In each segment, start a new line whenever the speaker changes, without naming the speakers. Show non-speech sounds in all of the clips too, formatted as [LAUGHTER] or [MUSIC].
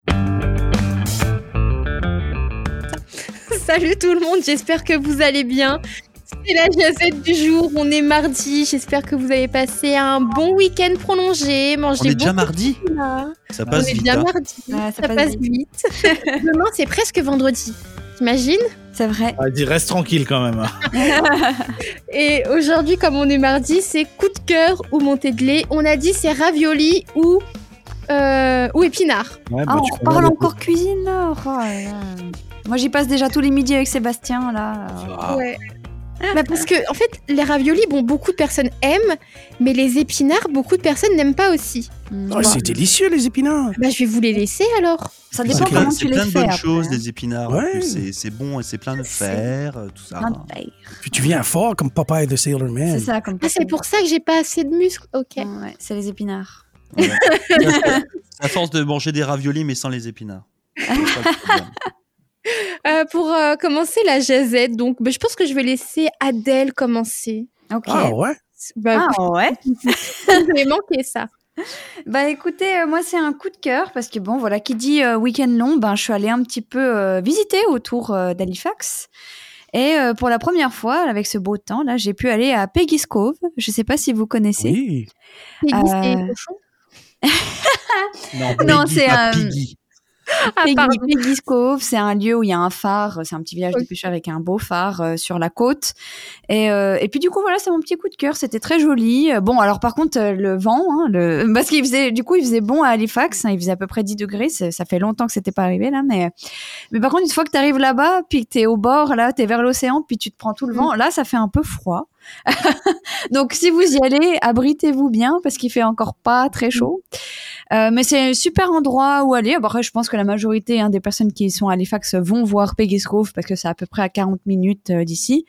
[LAUGHS] Salut tout le monde, j'espère que vous allez bien. C'est la jazette du jour, on est mardi, j'espère que vous avez passé un bon week-end prolongé, mangez
On est déjà
beaucoup
mardi
de pizza.
Ça
On
passe
est
vite.
bien
hein.
mardi,
Ouais,
ça, passe vite. [LAUGHS] Demain c'est presque vendredi, t'imagines
C'est vrai.
Ah, dis, reste tranquille quand même. hein.
Et aujourd'hui comme on est mardi, c'est coup de cœur ou montée de lait. On a dit c'est ravioli ou, euh, ou épinard.
bah,
Ah, on reparle encore cuisine là. Oh là là. Moi, j'y passe déjà tous les midis avec Sébastien là.
Ah,
Ouais. Bah, parce que en fait les raviolis, bon beaucoup de personnes aiment, mais les épinards, beaucoup de personnes n'aiment pas aussi.
Mm.
Oh, c'est délicieux les épinards.
Bah je vais vous les laisser alors.
C'est
Ça dépend
plein,
comment
c'est
tu les
plein de
fais.
bonnes
après,
choses,
hein.
les épinards.
Ouais.
En plus, C'est c'est bon et c'est plein de
C'est-
fer, euh, tout ça.
Plein de paille.
Puis tu viens fort comme Popeye de Sailor
C'est
Man.
ça, comme
Ah, c'est pour ça que j'ai pas assez de muscles. Ok.
Ouais, c'est les épinards.
Ouais. [LAUGHS] c'est à force de manger des raviolis mais sans les [LAUGHS] épinards. C'est ça le problème.
Euh, pour euh, commencer la jazette, donc, bah, je pense que je vais laisser Adèle commencer.
Ok.
Ah ouais.
Bah,
Ah ouais.
vous avez manqué ça.
Bah écoutez, euh, moi c'est un coup de cœur parce que bon voilà, qui dit euh, week-end long, ben je suis allée un petit peu euh, visiter autour euh, d'Halifax. Et euh, pour la première fois, avec ce beau temps là, j'ai pu aller à Peggy's Cove. Je sais pas si vous connaissez. [LAUGHS]
Oui.
Peggy, c'est
Euh,
cochon.
Non,
Peggy,
c'est
pas
un-
Piggy.
Ah,
Peggy-
pardon.
Peggy's Cove, c'est un lieu où il y a un phare, euh, c'est un petit village de
Ok.
pêcheurs avec un beau phare euh, sur la côte. Et, euh, et puis du coup, voilà, c'est mon petit coup de cœur, c'était très joli. Euh, Bon, alors par contre, euh, le vent, hein, le... [LAUGHS] parce qu'il faisait, du coup, il faisait bon à Halifax, hein, il faisait à peu près 10 degrés, ça ça fait longtemps que c'était pas arrivé là, mais, mais par contre, une fois que tu arrives là-bas, puis que tu es au bord, là, tu es vers l'océan, puis tu te prends tout le
Mm.
vent, là, ça fait un peu froid. [LAUGHS] Donc si vous y allez, abritez-vous bien parce qu'il fait encore pas
Mm.
très chaud. Euh, mais c'est un super endroit où aller. Bon, Après, je pense que la majorité hein, des personnes qui sont à Halifax vont voir Peggy's Cove parce que c'est à peu près à 40 minutes euh, d'ici.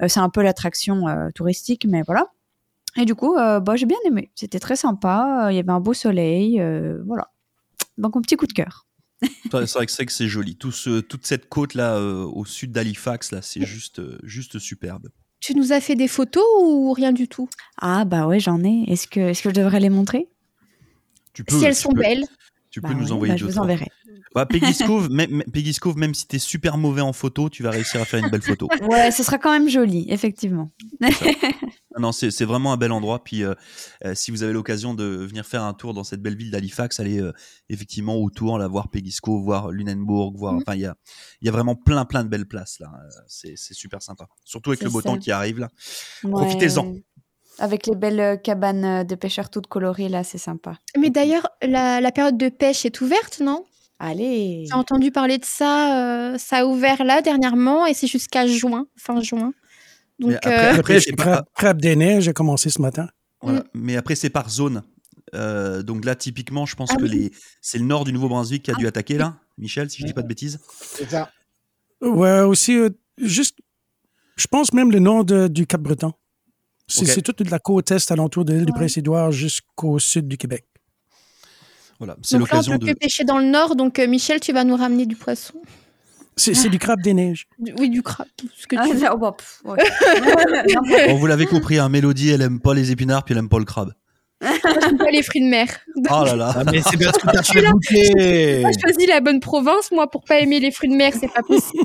Euh, c'est un peu l'attraction euh, touristique, mais voilà. Et du coup, euh, bah, j'ai bien aimé. C'était très sympa. Euh, Il y avait un beau soleil. euh, voilà. Donc, un petit coup de cœur.
Ouais, C'est vrai que c'est que c'est joli. Tout ce- toute cette côte là euh, au sud d'Halifax là, c'est juste, euh, juste superbe.
Tu nous as fait des photos ou rien du tout
Ah, bah ouais, j'en ai. Est-ce que, est-ce que je devrais les montrer
Tu peux,
Si elles
tu
sont
peux-
belles.
Tu peux
Bah
nous
ouais,
envoyer
bah, Je
deux
vous
trois.
enverrai.
Bah, Peggy's Cove, même, Peggy's Cove, même si t'es super mauvais en photo, tu vas réussir à faire une belle photo.
Ouais, ce sera quand même joli, effectivement.
Ah Non, c'est c'est vraiment un bel endroit. Puis, euh, euh, si vous avez l'occasion de venir faire un tour dans cette belle ville d'Halifax, allez euh, effectivement autour, là, voir Peggy's Cove, voir Lunenburg, voir.
Mhm.
Enfin, il y a, il y a vraiment plein, plein de belles places là. Euh, C'est c'est super sympa. Surtout avec
C'est
le beau
ça.
temps qui arrive là.
Ouais.
Profitez-en.
Avec les belles euh, cabanes euh, de pêcheurs toutes colorées, là, c'est sympa.
Mais d'ailleurs, la, la période de pêche est ouverte, non
Allez
J'ai entendu parler de ça. euh, ça a ouvert là dernièrement et c'est jusqu'à juin, fin juin.
Mais
Donc,
après,
euh,
La
après,
pêche
c'est
au
pas-
crabe, crabe des neiges a commencé ce matin.
Voilà.
Mmh.
Mais après, c'est par zone. Euh, donc là, typiquement, je pense
Ah
que
oui. Ah
les... c'est le nord du Nouveau-Brunswick qui a dû attaquer là, Michel, si je dis pas de bêtises.
C'est ça.
Ouais, aussi euh, juste. Je pense même le nord de- du Cap Breton. C'est
Ok.
c'est toute la côte est alentour de l'île du
Ouais.
Prince-Édouard jusqu'au sud du Québec.
Voilà, c'est
donc là, on
l'occasion
peut que
de.
pêcher dans le nord. Donc, euh, Michel, tu vas nous ramener du poisson.
C'est c'est du crabe des neiges.
Du- oui, du crabe. Ce que
Ah,
tu veux.
oh, bah, pff, ouais. N'importe
Bon, vous l'avez compris, hein, Mélodie, elle aime pas les épinards, puis elle aime pas le crabe.
[LAUGHS] J'aime pas les fruits de mer.
Oh là là.
Ah, mais c'est parce que t'as
suis
fait
là.
goûter.
Moi, je choisis la bonne province, moi, pour pas aimer les fruits de mer, c'est pas possible.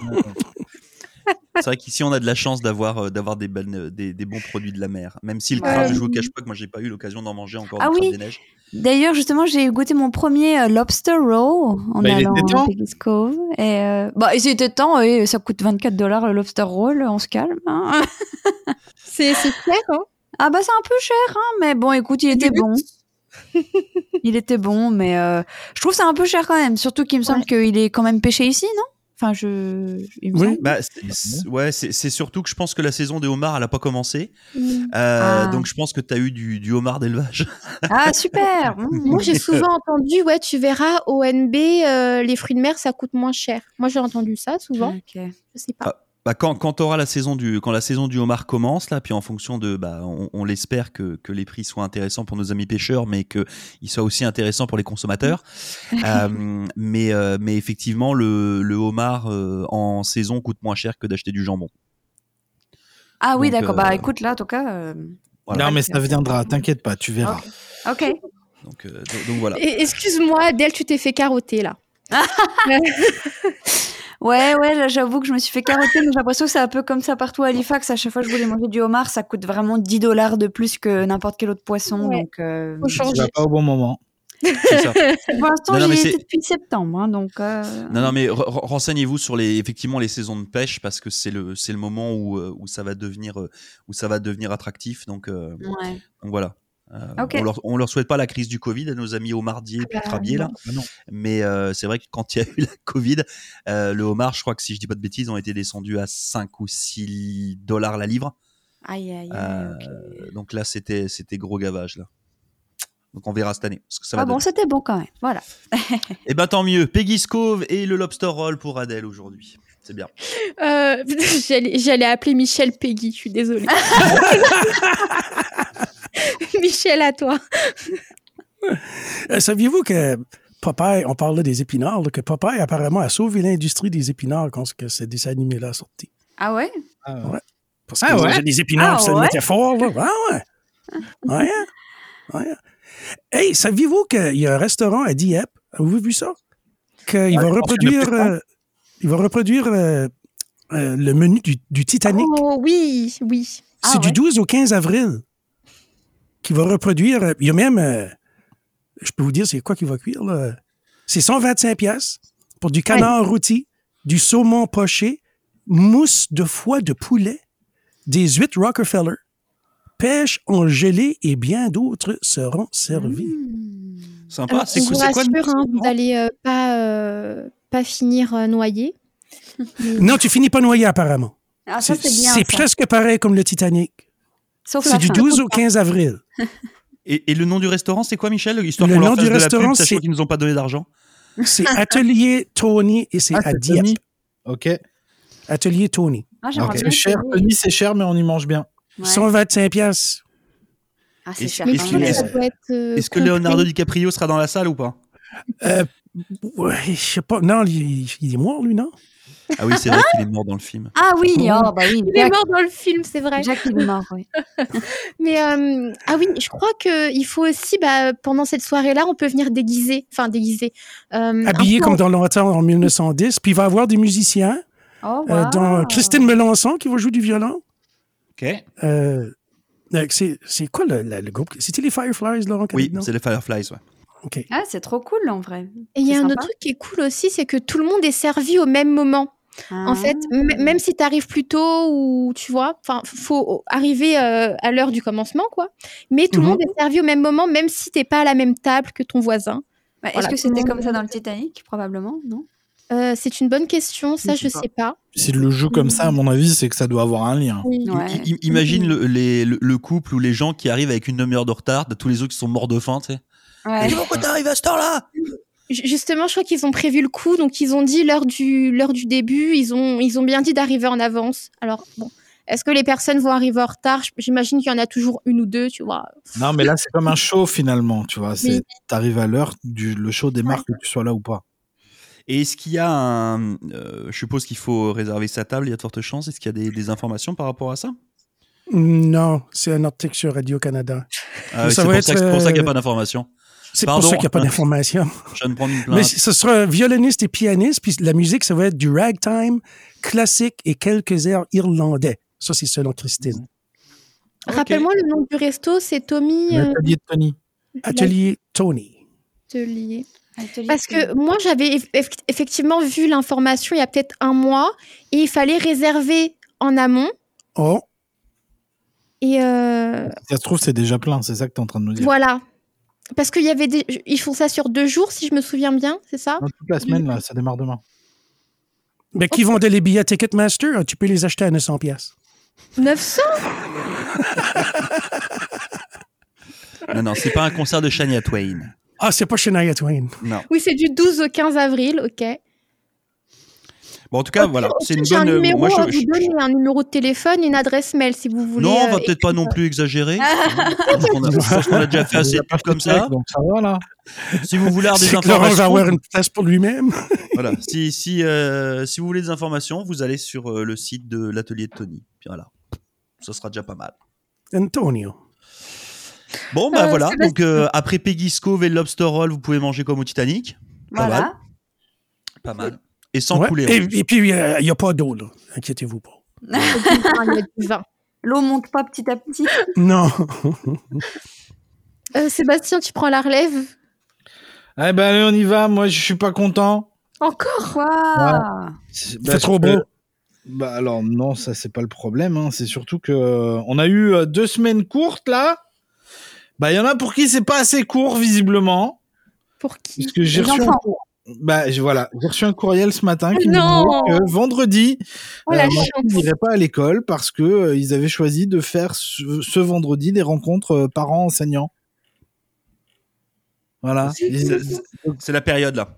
C'est vrai qu'ici, on a de la chance d'avoir euh, d'avoir des, bonnes, euh, des, des bons produits de la mer. Même si le
Ouais.
crabe, je vous le cache pas que moi, j'ai pas eu l'occasion d'en manger encore.
Ah
du crabe
oui.
des neiges.
D'ailleurs, justement, j'ai goûté mon premier euh, lobster roll en
Bah, il
allant
était
à
temps.
Peggy's Cove. Et, euh, bah, et c'était temps, et ça coûte 24 dollars le lobster roll, on se calme. hein.
[LAUGHS] C'est c'est clair, hein
Ah bah c'est un peu cher, hein, mais bon, écoute, il était bon. [LAUGHS] Il était bon, mais euh, je trouve c'est un peu cher quand même. Surtout qu'il me semble qu'il est quand même pêché ici, non Enfin, je... il me
Oui.
semble.
Bah, c'est- c'est- ouais, c'est c'est surtout que je pense que la saison des homards, elle a pas commencé.
Mm.
Euh,
Ah.
Donc, je pense que tu as eu du, du homard d'élevage. [LAUGHS]
bah.
Ah,
[LAUGHS]
super Mmh.
Moi, j'ai souvent entendu, ouais, tu verras, ONB, euh, les fruits de mer, ça coûte moins cher. Moi, j'ai entendu ça
Mm.
souvent.
Ok.
Je sais pas.
Bah, quand, quand, t'auras la saison du, quand la saison du homard commence, là, puis en fonction de. Bah, on on l'espère que, que les prix soient intéressants pour nos amis pêcheurs, mais qu'ils soient aussi intéressants pour les
[LAUGHS]
consommateurs. Euh, mais, euh, mais effectivement, le, le homard euh, en saison coûte moins cher que d'acheter du jambon.
Ah oui,
Donc,
d'accord. Bah
euh,
écoute, là, en tout cas. euh,
Voilà.
Non, mais ça viendra, t'inquiète pas, tu verras.
Ok.
Donc, euh,
[LAUGHS]
donc, donc voilà.
Et- Excuse-moi, Adèle, tu t'es fait carotter, là.
Ouais, ouais, là, j'avoue que je me suis fait carotter, mais j'ai l'impression que c'est un peu comme ça partout à Halifax. À chaque fois que je voulais manger du homard, ça coûte vraiment 10 dollars de plus que n'importe quel autre poisson.
Ouais.
Donc, euh,
Faut
Tu
changer.
vas pas au bon moment.
C'est ça.
pour l'instant,
Non, non,
j'y
mais
étais
c'est-
depuis septembre. hein, donc, euh,
Non, non, mais re- re- renseignez-vous sur les effectivement les saisons de pêche parce que c'est le c'est le moment où, euh, où ça va devenir euh, où ça va devenir attractif. Donc, euh,
ouais.
donc voilà. Euh,
Mm. Ok.
on, leur, on leur souhaite pas la crise du Covid à nos amis homardiers et puis
bah,
crabiers là,
Ah non.
mais euh, c'est vrai que quand il y a eu [LAUGHS] la Covid, euh, le homard, je crois que si je dis pas de bêtises, ont été descendus à 5 ou 6 dollars la livre.
Aïe, aïe, aïe.
Euh,
ok.
Donc là, c'était c'était gros gavage là. Donc on verra cette année ce que ça va
Ah bon,
donner.
c'était bon quand même. Voilà.
Et ben tant mieux. Peggy Scove et le lobster roll pour Adèle aujourd'hui. C'est bien.
Euh, [LAUGHS] J'allais j'allais appeler Michel Peggy, je suis
[LAUGHS]
désolée. Michel, à toi.
Euh, Saviez-vous que Popeye, on parlait des épinards, là, que Popeye apparemment a sauvé l'industrie des épinards quand ce- que ce dessin animé-là est sorti.
Ah ouais
Ah, ouais.
Ouais. Parce
Ah
que
ouais?
les épinards,
Ah
ça
ouais?
le mettait fort. Là. Ah ouais. Ouais. hein? Ouais. hein? Hey, saviez-vous qu'il y a un restaurant à Dieppe? Avez-vous vu ça? Qu'il
je
va
pense qu'il y en a
reproduire,
plus de
euh, il va reproduire euh, euh, le menu du, du Titanic.
Oh oui, oui.
Ah
C'est
ouais?
du 12 au 15 avril qui va reproduire. euh, Il y a même, euh, je peux vous dire, c'est quoi qu'il va cuire. là. C'est 125 pièces pour du canard rôti, du saumon poché, mousse de foie de poulet, des huîtres Rockefeller, pêche en gelée et bien d'autres seront servis.
Mmh.
Sympa.
Alors,
Ah, C'est
je vous
quoi, c'est quoi le-
rassure hein, d'aller euh, pas, euh, pas finir euh, noyé.
Non, tu finis pas noyé apparemment.
Mmh. Ah, ça,
C'est
c'est bien.
c'est
ça.
presque pareil comme le Titanic.
Sauf
C'est
la
du
fin.
12 au 15 avril.
Et, et le nom du restaurant, c'est quoi, Michel Histoire
Le
qu'on
nom
leur fasse
du
de la
restaurant,
pub, sachant
c'est-
qu'ils nous ont pas donné d'argent.
[LAUGHS]
C'est Atelier Tony et c'est
Ah,
à
c'est
Dieppe.
Tony. Ok.
Atelier Tony.
Ah, j'aimerais
Alors
bien
c'est cher, euh,
essayer.
Tony, c'est cher, mais on y mange bien.
Ouais.
125 pièces.
Ah, c'est
Est-ce-
cher.
Mais
est-ce
quand
qu'il-
même.
sinon,
est-ce-
ça doit être. euh,
Est-ce que
complet.
Leonardo DiCaprio sera dans la salle ou pas
Euh, ouais, je sais pas. Non, il, il est mort, lui, non?
Ah oui, c'est vrai qu'il est mort dans le film.
Ah oui, oh, bah oui.
Il est mort dans le film, c'est vrai.
Jacques, il est mort, oui.
Mais euh, ah oui, je crois que il faut aussi, bah, pendant cette soirée-là, on peut venir déguiser, enfin déguiser. euh,
Habillé
un peu
comme dans l'automne en 1910. Puis il va avoir des musiciens,
Oh,
euh,
wow.
dont Christine Melançon qui va jouer du violon.
Ok.
Euh, euh, c'est c'est quoi le, le- le groupe? C'était les Fireflies, Laurent?
Oui,
Cadic, non?
c'est les Fireflies. Ouais.
OK.
Ah, c'est trop cool, en vrai.
Et il y
C'est
a un
sympa.
autre truc qui est cool aussi, c'est que tout le monde est servi au même moment.
Ah.
En fait, m- même si tu arrives plus tôt ou tu vois, enfin, faut arriver euh, à l'heure du commencement, quoi. Mais tout le
Mhm.
monde est servi au même moment, même si t'es pas à la même table que ton voisin.
Bah, Est-ce
Voilà, tout
que
le
c'était
monde-
comme ça dans le Titanic, probablement, non
Euh, c'est une bonne question, ça
Je
je
sais pas.
sais pas.
S'il le joue comme ça, à mon avis, c'est que ça doit avoir un lien.
I-
Ouais.
i- imagine le, les- le- le couple ou les gens qui arrivent avec une demi-heure de retard, de tous les autres qui sont morts de faim, tu sais.
Ouais.
Mais Pourquoi t'arrives à cette heure-là
Ju- Justement, je crois qu'ils ont prévu le coup, donc ils ont dit l'heure du l'heure du début, ils ont ils ont bien dit d'arriver en avance. Alors bon, est-ce que les personnes vont arriver en retard J- J'imagine qu'il y en a toujours une ou deux, tu vois.
Non, mais là, c'est comme un show finalement, tu vois.
Oui.
c'est T'arrives à l'heure, du- le show démarre que tu sois là ou pas.
Et est-ce qu'il y a un. euh, je suppose qu'il faut réserver sa table, il y a de fortes chances. Est-ce qu'il y a des, des informations par rapport à ça
Non, c'est un article sur Radio-Canada.
Ah oui,
Ça
C'est
va
pour
être,
ça que- c'est pour ça qu'il n'y
euh,
a pas d'informations.
C'est pour
Pardon.
ça qu'il n'y a pas
[LAUGHS]
d'information.
Je viens de prendre une
Mais
plainte.
c- ce sera un violoniste et pianiste, puis la musique, ça va être du ragtime, classique et quelques airs irlandais. Ça, c'est selon Christine.
Ok.
Rappelle-moi le nom du resto, c'est Tommy euh,
L'atelier de Tony.
Mm-hmm.
Atelier Tony.
Atelier.
Atelier
Parce que
Titanic.
moi, j'avais eff- eff- effectivement vu l'information il y a peut-être un mois et il fallait réserver en amont.
Oh,
Et euh,
Si ça se trouve, c'est déjà plein, c'est ça que t'es en train de nous dire.
voilà. Parce qu'il y avait des... Ils font ça sur deux jours, si je me souviens bien, c'est ça
Non, toute la semaine, là, ça démarre demain.
Mais qui vendait les billets à Ticketmaster, ah, tu peux les acheter à 900 pièces.
900
Non, non, c'est pas un concert de Shania Twain.
Ah, c'est pas Shania Twain.
Non.
Oui, c'est du 12 au 15 avril, ok.
Bon, en tout cas, voilà.
Au
C'est
pire,
une
j'ai
bonne. euh,
un numéro
moi,
à
je-
vous
je-
donner, un numéro de téléphone et une adresse mail si vous voulez.
Non, on
euh,
va peut-être pas non plus exagérer. je pense qu'on
[LAUGHS]
a, je pense qu'on a déjà fait assez de trucs comme ça.
Donc ça va, là.
Si vous voulez avoir
C'est
des
que Laurent va avoir
informations,
une place pour lui-même.
voilà. Si si euh, si vous voulez des informations, vous allez sur euh, le site de l'atelier de Tony. Puis voilà, ça sera déjà pas mal.
Antonio.
Bon bah
Euh,
voilà.
Sébastien.
Donc euh, après Peggy Scove et le Lobster Roll, vous pouvez manger comme au Titanic.
Voilà.
Pas mal. Et sans hein.
Ouais.
couler. en plus.
Et, et puis, il n'y a pas d'eau, là. Inquiétez-vous pas.
Il y a du vin.
L'eau monte pas petit à petit.
[LAUGHS]
[LAUGHS]
Non.
[LAUGHS] Euh, Sébastien, tu prends la relève
Eh ben allez, on y va. Moi, je suis pas content.
Encore
Quoi
C'est
fait trop
Ben,
que-
beau.
euh,
Bah alors non, ça c'est pas le problème. hein. C'est surtout que euh, on a eu euh, deux semaines courtes là. Bah il y en a pour qui c'est pas assez court visiblement.
Pour qui
Parce que j'ai
Les
reçu, un...
enfants.
bah, j'ai- voilà, j'ai reçu un courriel ce matin qui
Non.
me disait que vendredi,
Oh la
ma
chance.
fille n'irait pas à l'école parce que euh, ils avaient choisi de faire ce, ce vendredi des rencontres euh, parents enseignants.
Ah,
Voilà.
C'est- c'est- C'est la période là.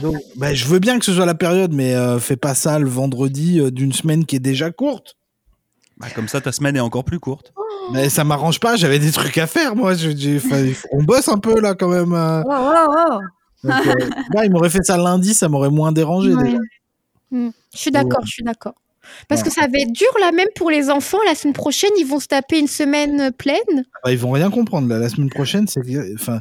Donc, bah, je veux bien que ce soit la période, mais euh, fais pas ça le vendredi euh, d'une semaine qui est déjà courte.
Bah, comme ça, ta semaine est encore plus courte.
Mais ça m'arrange pas, j'avais des trucs à faire, moi. Je- j'ai- enfin, il faut- on bosse un peu là quand même. euh.
Wow, wow, wow.
Donc, euh, là, il m'aurait fait ça lundi, ça m'aurait moins dérangé.
Ouais.
déjà.
Mm. Je suis d'accord,
Ouais.
je suis d'accord. Parce que ça va être dur là, même pour les enfants. La semaine prochaine, ils vont se taper une semaine euh, pleine.
Bah, ils vont rien comprendre. Là. La semaine prochaine, c'est que- enfin,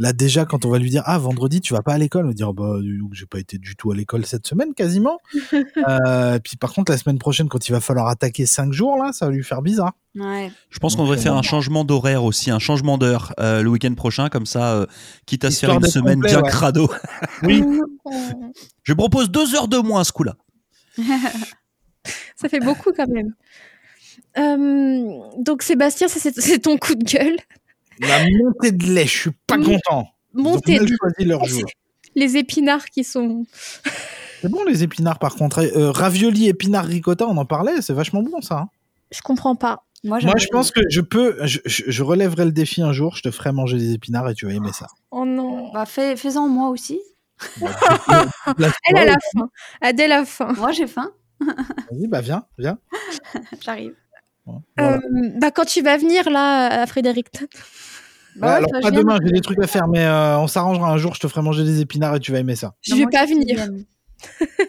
là déjà quand on va lui dire ah vendredi tu vas pas à l'école, on va dire bah dis donc, j'ai pas été du tout à l'école cette semaine quasiment. Euh, puis par contre la semaine prochaine quand il va falloir attaquer cinq jours là, ça va lui faire bizarre.
Ouais.
Je pense qu'on
Donc,
devrait
euh,
faire un changement d'horaire aussi, un changement d'heure euh, le week-end prochain, comme ça, euh, quitte à se faire
Histoire
une
d'être
semaine
complet,
bien
ouais.
crado.
Oui.
Oh,
Je propose deux heures de moins ce coup-là.
Ça fait beaucoup quand même. Euh, donc Sébastien, ça, c'est c'est ton coup de gueule.
La montée de lait, je suis pas
Mm.
content. Ils ont
Montez
mal choisi leur
Merci.
jour.
les épinards qui sont.
C'est bon les épinards par contre. Euh, ravioli épinards ricotta, on en parlait, c'est vachement bon ça. hein.
Je comprends pas.
Moi
j'aimerais-
je pense que je peux, je, je- je relèverai le défi un jour, je te ferai manger des épinards et tu vas aimer ça.
Oh non.
Bah, fais- fais-en moi aussi. Ah, eh
Elle a la faim. Adèle a faim.
Moi, j'ai faim. [LAUGHS]
Vas-y, bah viens, viens.
J'arrive.
Voilà.
Euh, bah, quand tu vas venir là à Frédéric,
Bah
Ouais,
ouais,
alors
toi,
pas
je viens,
demain,
mais-
j'ai des trucs à faire, mais euh, on s'arrangera un jour, je te ferai manger des épinards et tu vas aimer ça.
je vais pas venir.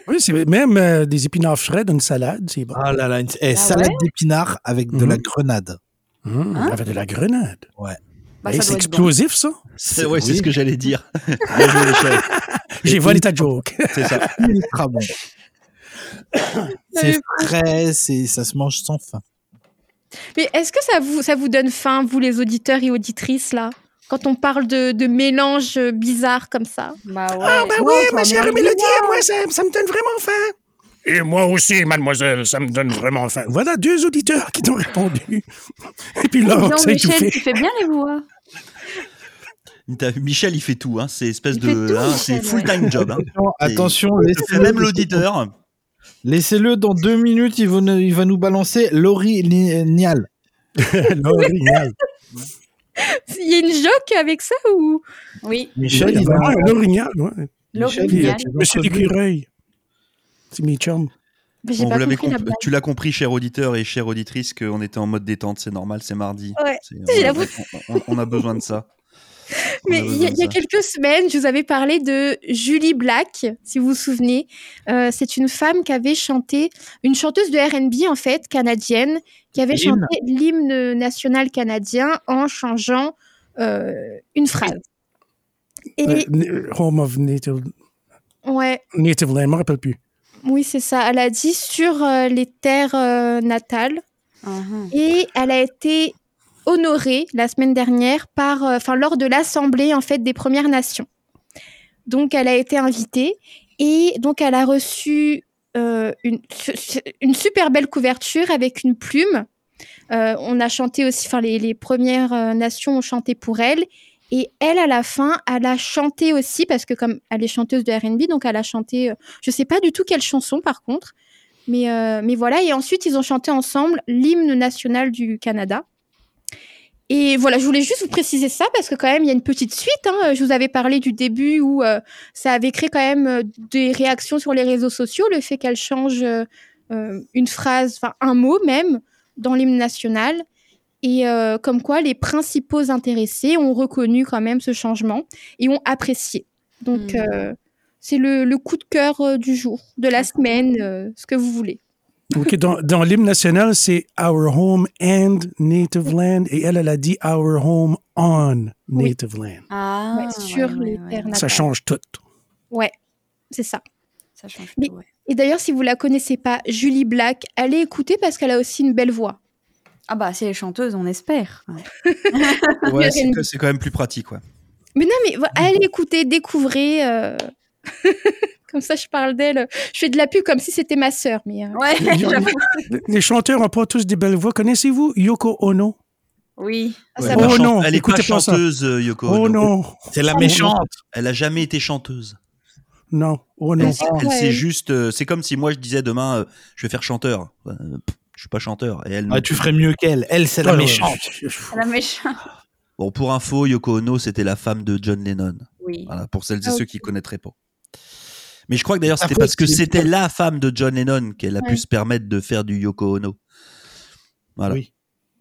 Oui, c'est même euh, des épinards frais d'une salade, c'est bon.
Ah là là, une... eh,
Bah ouais
salade d'épinards avec de
Mhm.
la grenade.
Mmh,
Hein?
Avec de la grenade.
Bah,
Hey,
ça doit
c'est
être bon.
explosif, Ben, ça.
C'est ouais, c'est
oui.
ce que j'allais dire. Bien joué, les chefs.
[LAUGHS]
J'ai volé ta joke.
C'est ça.
Ultra bon. c'est frais, c'est- ça se mange sans faim.
Mais est-ce que ça vous, ça vous donne faim, vous les auditeurs et auditrices, là Quand on parle de, de mélanges euh, bizarres comme ça
Bah ouais.
Ah,
Ah,
ben [LAUGHS] moi, ça, me donne vraiment faim. Et moi aussi, mademoiselle, ça me donne vraiment faim. Voilà deux auditeurs qui t'ont répondu. [LAUGHS] Et puis là, on
Non,
s'est
Michel,
étouffé.
tu fais bien les voix.
[LAUGHS] T'as vu, Michel, il fait tout. Hein. C'est espèce
Il
de.
fait tout,
hein,
Michel,
c'est full-time
[LAUGHS]
job. Hein.
Attention,
C'est-
attention,
C'est
laissez-le.
même l'auditeur.
Laissez-le dans deux minutes, il va nous, il va nous balancer Laurie Ni- Nial.
L'orignal.
Il y a une joque avec ça ou
Oui.
Michel, il va-
Ouais, L'orignal, ouais.
Michel,
Puis, euh,
L'orignal.
Monsieur l'écureuil. C'est mes chums.
Mais j'ai
Bon,
pas
vous l'avez
compris la
comp-
blague.
Tu l'as compris, cher auditeur et chère auditrice, qu'on était en mode détente. C'est normal, c'est mardi.
Ouais.
C'est-
[LAUGHS] J'ai
on, on- on- on a besoin de ça.
[LAUGHS]
On
Mais
a
il y, a-
besoin de
il y a
ça.
quelques semaines, je vous avais parlé de Julie Black, si vous vous souvenez. Euh, c'est une femme qui avait chanté, une chanteuse de RB en fait, canadienne, qui avait
L'hymne.
chanté l'hymne national canadien en changeant euh, une phrase. Et
Euh, n- Home of Native,
ouais,
native Land, je me rappelle plus.
Oui, c'est ça. Elle a dit sur euh, les terres euh, natales.
Mhm.
Et elle a été honorée la semaine dernière par, euh, enfin, lors de l'assemblée en fait des Premières Nations. Donc, elle a été invitée et donc elle a reçu euh, une, su- su- une super belle couverture avec une plume. Euh, on a chanté aussi, enfin, les, les Premières euh, Nations ont chanté pour elle. Et elle, à la fin, elle a chanté aussi, parce que comme elle est chanteuse de RB, donc elle a chanté, euh, je sais pas du tout quelle chanson par contre, mais, euh, mais voilà, et ensuite ils ont chanté ensemble l'hymne national du Canada. Et voilà, je voulais juste vous préciser ça parce que quand même, il y a une petite suite. hein. Je vous avais parlé du début où euh, ça avait créé quand même euh, des réactions sur les réseaux sociaux, le fait qu'elle change euh, euh, une phrase, enfin un mot même, dans l'hymne national. Et euh, comme quoi, les principaux intéressés ont reconnu quand même ce changement et ont apprécié. Donc,
Mhm.
euh, c'est le, le coup de cœur euh, du jour, de la semaine, euh, ce que vous voulez.
OK, dans, dans l'hymne national, c'est Our Home and Native Land. Et elle, elle a dit Our Home on
Oui.
Native Land.
Ah,
Ouais, sur
ouais, ouais,
les
ouais.
terres
Ça
natales.
change tout.
Ouais, c'est ça.
Ça change
Mais-
tout, ouais.
Et d'ailleurs, si vous la connaissez pas, Julie Black, allez écouter parce qu'elle a aussi une belle voix.
Ah bah, c'est les chanteuses, on espère. Ouais.
Ouais, c'est
Jérémy.
que- c'est quand même plus pratique, ouais.
Mais non, mais voilà, allez écouter, découvrez. euh, [LAUGHS] comme ça, je parle d'elle. Je fais de la pub comme si c'était ma sœur, mais. euh,
[LAUGHS] Ouais, j'avoue.
Les chanteurs n'ont pas tous des belles voix. Connaissez-vous Yoko Ono?
oui.
ah,
Ouais.
ça
Elle est
va.
pas
Oh
chan-
non,
elle est pas
écoutez pas ça.
chanteuse, euh, Yoko.
Oh
Ono.
non,
C'est la
Oh,
méchante.
Elle a jamais été chanteuse.
non, oh non.
Elle,
c'est
elle,
vrai.
c'est juste. euh, c'est comme si moi je disais demain, euh, je vais faire chanteur. Euh, pff, je suis pas chanteur. Et elle. non.
Ouais, Ah, tu ferais mieux qu'elle. Elle, c'est la
Ah,
méchante.
ouais.
La méchante.
Bon, pour info, Yoko Ono, c'était la femme de John Lennon.
Oui.
Voilà, pour celles et
Ah,
ceux
ok.
qui connaîtraient pas. Mais je crois que d'ailleurs, c'était
Après,
parce que
c'est-
c'était la femme de John Lennon qu'elle a
Ouais.
pu se permettre de faire du Yoko Ono. Voilà.
Oui.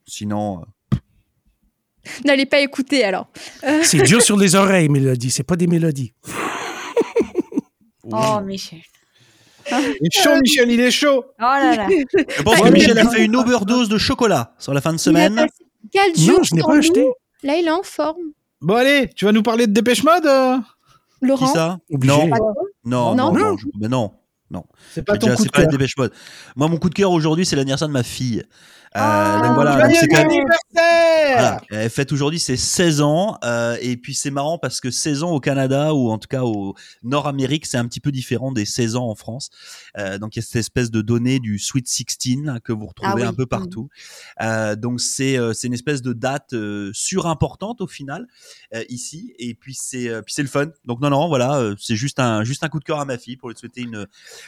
Sinon, euh,
N'allez pas écouter alors.
C'est dur sur les oreilles, Mélodie. C'est pas des mélodies.
Oh, Michel.
Il est chaud, Michel, il est chaud.
Oh là là.
je pense
Ah,
que
il
Michel
a
a
pas-
fait une overdose de chocolat sur la fin de
Il a
semaine.
passé quatre
Non,
jours
je n'ai
sans
pas
nous.
acheté.
Là, il est en forme.
Bon, allez, tu vas nous parler de Dépêche Mode euh
Qui
Laurent.
ça
Obligé.
Non, non,
Non.
non,
Non.
non, je- mais non.
C'est pas
Bah, Déjà,
ton coup de
c'est pas
cœur.
les Dépêche Mode. Moi, mon coup de cœur aujourd'hui, c'est l'anniversaire de ma fille. Euh,
Ah,
donc voilà,
Joyeux
donc c'est quand même-
anniversaire
Voilà. Elle fête aujourd'hui ses 16 ans euh, et puis c'est marrant parce que 16 ans au Canada ou en tout cas au Nord-Amérique c'est un petit peu différent des 16 ans en France. Euh, donc il y a cette espèce de donnée du Sweet 16 là, que vous retrouvez
Ah oui. Mm.
un peu partout. Euh, donc c'est euh, c'est une espèce de date euh, surimportante au final euh, ici et puis c'est euh, puis c'est le fun. Donc non non voilà euh, c'est juste un juste un coup de cœur à ma fille pour lui souhaiter une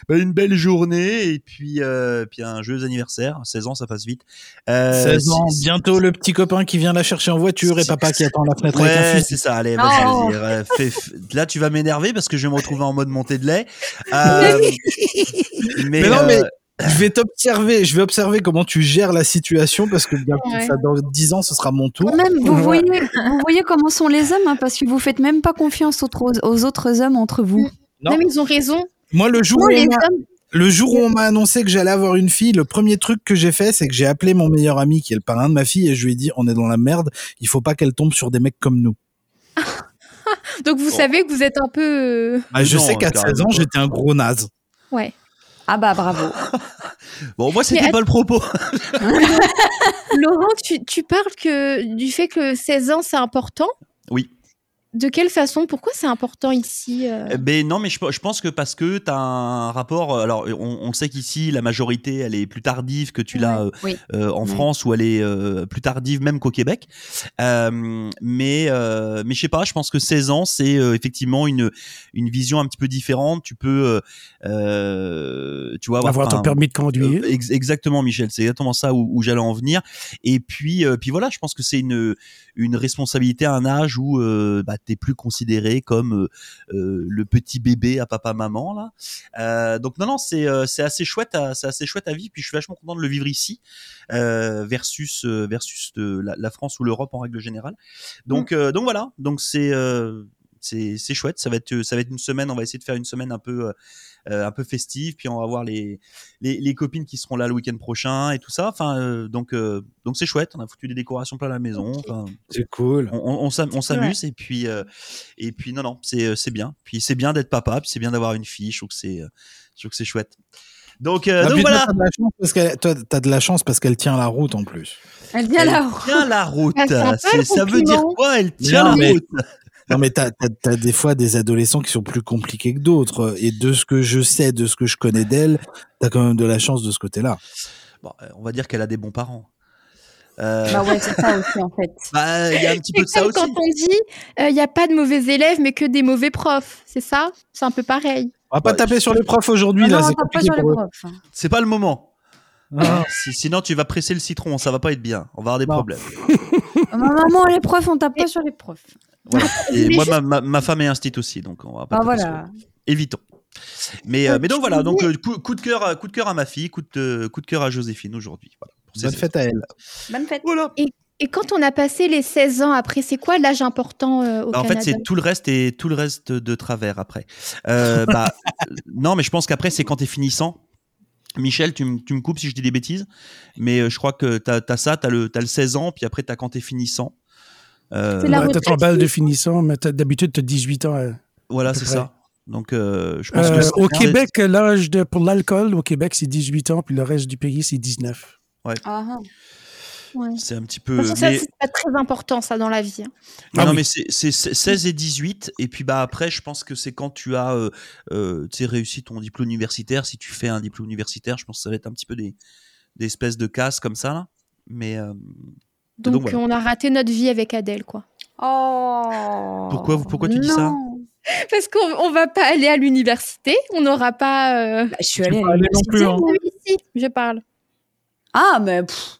bah, une belle journée et puis euh, puis un joyeux anniversaire. 16 ans ça passe vite. Euh,
16 ans,
si-
bientôt le petit copain qui vient la chercher en voiture et papa qui attend la fenêtre avec un
Ouais,
fusil.
c'est ça. Allez, vas-y,
Non.
vas-y, euh, fais- f- Là, tu vas m'énerver parce que je vais me retrouver en mode montée de lait. Euh, mais,
Mais non, mais-
euh,
Je vais t'observer, je vais observer comment tu gères la situation parce que bien,
Ouais.
ça, dans 10 ans, ce sera mon tour.
Quand même, vous
Ouais.
voyez, vous voyez comment sont les hommes, hein, parce que vous faites même pas confiance aux, tro- aux autres hommes entre vous.
Non.
Non. mais ils ont raison.
Moi, le jour,
Non,
où
les
on m'a-
hommes.
le jour où on m'a annoncé que j'allais avoir une fille, le premier truc que j'ai fait, c'est que j'ai appelé mon meilleur ami qui est le parrain de ma fille et je lui ai dit on est dans la merde, il faut pas qu'elle tombe sur des mecs comme nous.
Donc vous
Bon.
savez que vous êtes un peu. euh,
Bah, je
Non,
sais qu'à
carrément
16 ans,
pas.
j'étais un gros naze.
Ouais.
Ah bah bravo.
bon, moi,
Mais
c'était
att-
pas le propos.
Laurent, tu, tu parles que du fait que 16 ans c'est important.
Oui.
De quelle façon Pourquoi c'est important ici euh
Ben non, mais je, je pense que parce que t'as un rapport. euh, Alors, on, on sait qu'ici, la majorité, elle est plus tardive que tu l'as euh,
Oui.
euh, en
Oui.
France ou elle est euh, plus tardive même qu'au Québec. Euh, mais euh, mais je sais pas, je pense que 16 ans c'est euh, effectivement une une vision un petit peu différente. Tu peux euh, euh, tu vois
Avoir ton
enfin,
permis de conduire.
euh, ex- exactement, Michel. C'est exactement ça où, où j'allais en venir. Et puis, euh, puis voilà, je pense que c'est une, une responsabilité à un âge où euh, bah, t'es plus considéré comme euh, euh, le petit bébé à papa maman là. Euh, donc non non, c'est euh, c'est assez chouette, à- c'est assez chouette à vivre. Puis je suis vachement content de le vivre ici euh, versus euh, versus euh, la, la France ou l'Europe en règle générale. Donc euh, donc voilà, donc c'est euh, c'est c'est chouette. Ça va être ça va être une semaine. On va essayer de faire une semaine un peu euh, euh, un peu festive. Puis on va voir les les, les copines qui seront là le week-end prochain et tout ça. Enfin, euh, donc euh, donc c'est chouette. On a foutu des décorations plein la maison.
Ok.
Enfin,
C'est cool.
on, on- on s'am- on s'amuse et puis euh, et puis non non c'est euh, c'est bien. Puis c'est bien d'être papa. Puis c'est bien d'avoir une fille. Je trouve que c'est euh, je trouve que c'est chouette. Donc, euh,
Ah,
donc
putain,
voilà.
t'as de la chance parce qu'elle- toi, t'as de la chance parce qu'elle tient la route en plus.
Elle vient
Elle
là.
tient la route.
Ah, c'est un peu
C'est-
le
ça veut
compliment.
dire quoi Elle tient
Non,
la
mais-
route.
Non, mais t'as as, des fois des adolescents qui sont plus compliqués que d'autres. Et de ce que je sais, de ce que je connais d'elle, t'as quand même de la chance de ce côté-là.
Bon, euh, on va dire qu'elle a des bons parents. Euh,
Bah ouais, c'est ça aussi en fait.
bah, il y a un petit peu de
C'est
ça
comme
aussi.
quand on dit euh, il n'y a pas de mauvais élèves mais que des mauvais profs, c'est ça C'est un peu pareil.
On va pas
Ouais.
taper sur les profs aujourd'hui,
Ah
là.
non, on
c'est
tape pas
compliqué
sur les
pour eux.
profs. hein.
C'est pas le moment. Euh,
Ah,
Si- sinon, tu vas presser le citron. Ça va pas être bien. On va avoir des
Non.
problèmes.
Euh, Maman, les profs, on tape pas sur les profs.
Voilà.
Je
Et
voulais
moi,
juste-
ma, ma- ma femme est instite aussi, donc on va pas. taper
Ah voilà.
sur- Évitons. Mais, euh,
Euh,
mais donc
tu
voilà,
disais-
donc euh, coup, coup de cœur, à- coup de cœur à ma fille, coup de euh, coup de cœur à Joséphine aujourd'hui. Voilà. Pour ses-
bonne fête à elle.
Bonne fête.
Voilà.
Et quand on a passé les 16 ans après, c'est quoi l'âge important euh, au
Bah, en
Canada
fait, c'est tout le reste et tout le reste de travers après. Euh,
[LAUGHS]
bah, euh, non, mais je pense qu'après, c'est quand t'es finissant. Michel, tu, me- tu me coupes si je dis des bêtises, mais euh, je crois que t'as as ça, t'as le, t'as le 16 ans, puis après t'as quand t'es finissant. Euh,
C'est la
Ouais, t'as ton
retraite.
bal de finissant, mais t'as- d'habitude, t'as 18 ans. hein.
Voilà,
peu
c'est
près.
ça. Donc, euh, je pense que
Euh,
c'est
au
bien.
Québec, l'âge de, pour l'alcool, au Québec, c'est 18 ans, puis le reste du pays, c'est 19.
Ah,
Ouais.
c'est un petit
De
peu.
toute façon, ça,
mais-
C'est pas très important, ça, dans la vie. hein.
Non,
Ah oui.
mais c'est- c'est c'est 16 et 18. Et puis bah après, je pense que c'est quand tu as euh, euh, tu sais, réussi ton diplôme universitaire. Si tu fais un diplôme universitaire, je pense que ça va être un petit peu des, des espèces de casse comme ça. Là. Mais euh,
Donc,
Donc, voilà.
on a raté notre vie avec Adèle, quoi.
Oh.
Pourquoi- pourquoi tu dis ça
Non.
Parce qu'on on va pas aller à l'université, on n'aura pas. euh,
Bah, je suis allée à
pas allée non plus,
l'université.
Oui, si, je parle.
Ah, mais. pff.
hein.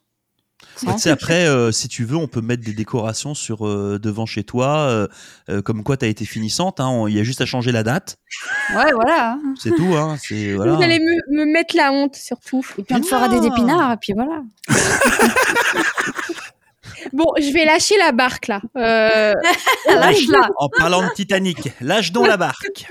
bah, tu sais, après, euh, si tu veux, on peut mettre des décorations sur euh, devant chez toi, euh, euh, comme quoi tu as été finissante. hein. On- Il y a juste à changer la date.
Ouais, voilà.
C'est tout. Hein.
[LAUGHS]
C'est voilà.
Vous allez me, me mettre la honte, surtout.
Et puis on te fera des épinards, et puis voilà.
Bon, je vais lâcher la barque, là. Euh,
Ah, Lâche-la.
En parlant de Titanic, lâche donc la barque.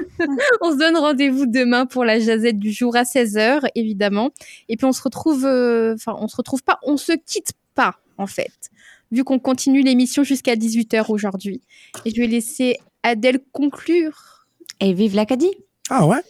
on se donne rendez-vous demain pour la jazette du jour à 16h, évidemment. Et puis, on se retrouve. euh, Enfin, on se retrouve pas, on se quitte pas, en fait. Vu qu'on continue l'émission jusqu'à 18h aujourd'hui. Et je vais laisser Adèle conclure.
Et vive l'Acadie.
Ah ouais?